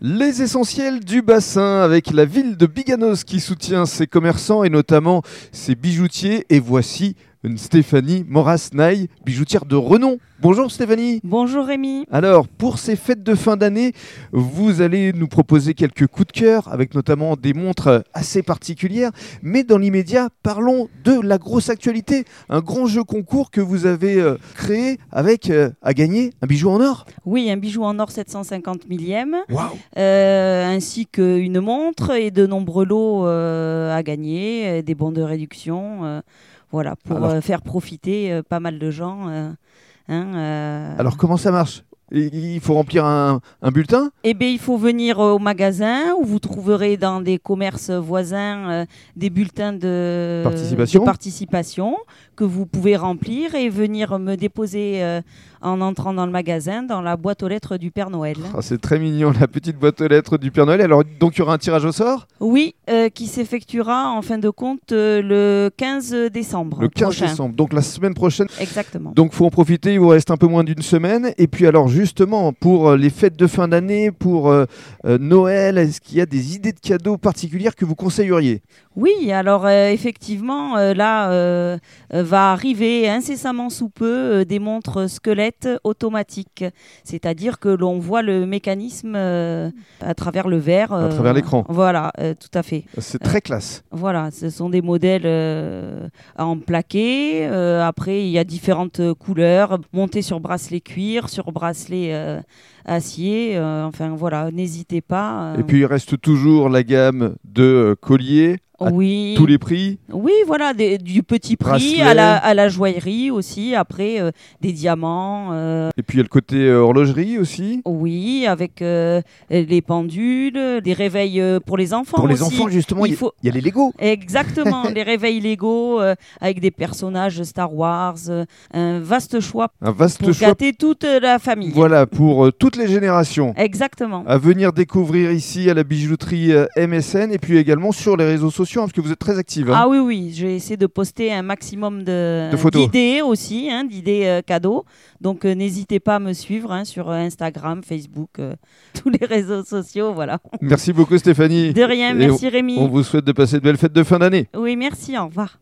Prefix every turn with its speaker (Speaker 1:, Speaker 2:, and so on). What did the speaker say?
Speaker 1: Les essentiels du bassin avec la ville de Biganos qui soutient ses commerçants et notamment ses bijoutiers. Et voici une Stéphanie Morasnaï, bijoutière de renom. Bonjour Stéphanie.
Speaker 2: Bonjour Rémi.
Speaker 1: Alors, pour ces fêtes de fin d'année, vous allez nous proposer quelques coups de cœur avec notamment des montres assez particulières. Mais dans l'immédiat, parlons de la grosse actualité. Un grand jeu concours que vous avez euh, créé avec euh, à gagner un bijou en or.
Speaker 2: Oui, un bijou en or 750 millième,
Speaker 1: Waouh
Speaker 2: euh, ainsi qu'une montre et de nombreux lots euh, à gagner, euh, des bons de réduction, euh, voilà, pour
Speaker 1: Alors-
Speaker 2: euh, faire profiter euh, pas mal de gens. euh, hein, euh.
Speaker 1: Alors, comment ça marche Il il faut remplir un, un bulletin
Speaker 2: Eh bien, il faut venir euh, au magasin où vous trouverez dans des commerces voisins euh, des bulletins de
Speaker 1: Participation.
Speaker 2: de participation que vous pouvez remplir et venir me déposer euh, en entrant dans le magasin dans la boîte aux lettres du Père Noël.
Speaker 1: Ah, C'est très mignon, la petite boîte aux lettres du Père Noël. Alors, donc, il y aura un tirage au sort
Speaker 2: Oui, euh, qui s'effectuera en fin de compte euh, le 15 décembre.
Speaker 1: le 15
Speaker 2: prochain.
Speaker 1: décembre, donc la semaine prochaine.
Speaker 2: Exactement.
Speaker 1: Donc, faut en profiter, il vous reste un peu moins d'une semaine. Et puis, alors, justement, pour euh, les fêtes de fin d'année, pour euh, euh, Noël, est-ce qu'il y a des idées de cadeaux particulières que vous conseilleriez
Speaker 2: Oui, alors euh, effectivement, euh, là euh, euh, va arriver incessamment sous peu euh, des montres squelettes automatiques, c'est-à-dire que l'on voit le mécanisme euh, à travers le verre.
Speaker 1: À travers l'écran.
Speaker 2: Voilà, euh, tout à fait.
Speaker 1: C'est très classe.
Speaker 2: Voilà, ce sont des modèles euh, à en plaqué. Euh, après, il y a différentes euh, couleurs, montées sur bracelet cuir, sur bracelet euh, acier. Euh, enfin, voilà, n'hésitez pas. euh,
Speaker 1: Et puis, il reste toujours la gamme de euh, colliers à
Speaker 2: oui,
Speaker 1: tous les prix.
Speaker 2: oui, voilà, des- du petit prix
Speaker 1: Bracelet.
Speaker 2: à la, à la joaillerie aussi. Après, euh, des diamants. euh,
Speaker 1: Et puis, il y a le côté euh, horlogerie aussi.
Speaker 2: oui, avec euh, les pendules, des réveils euh, pour les enfants.
Speaker 1: Pour les
Speaker 2: aussi.
Speaker 1: enfants, justement, il
Speaker 2: il
Speaker 1: y a-
Speaker 2: faut.
Speaker 1: il y a les Lego.
Speaker 2: Exactement, les réveils légaux euh, avec des personnages Star Wars, euh, un vaste choix
Speaker 1: Un vaste
Speaker 2: pour
Speaker 1: choix.
Speaker 2: gâter toute la famille.
Speaker 1: Voilà, Ah, pour euh, toutes les générations.
Speaker 2: Exactement.
Speaker 1: à venir découvrir ici à la bijouterie euh, MSN et puis également sur les réseaux sociaux hein, parce que vous êtes très active. hein.
Speaker 2: Ah oui, oui, j'ai essayé de poster un maximum de,
Speaker 1: De photos.
Speaker 2: d'idées aussi, hein, d'idées euh, cadeaux. Donc euh, n'hésitez pas à me suivre hein, sur euh, Instagram, Facebook, euh, tous les réseaux sociaux, voilà.
Speaker 1: Merci beaucoup Stéphanie.
Speaker 2: De rien,
Speaker 1: Et
Speaker 2: merci
Speaker 1: On
Speaker 2: Rémi.
Speaker 1: vous souhaite de passer de belles fêtes de fin d'année.
Speaker 2: Oui, merci, au revoir.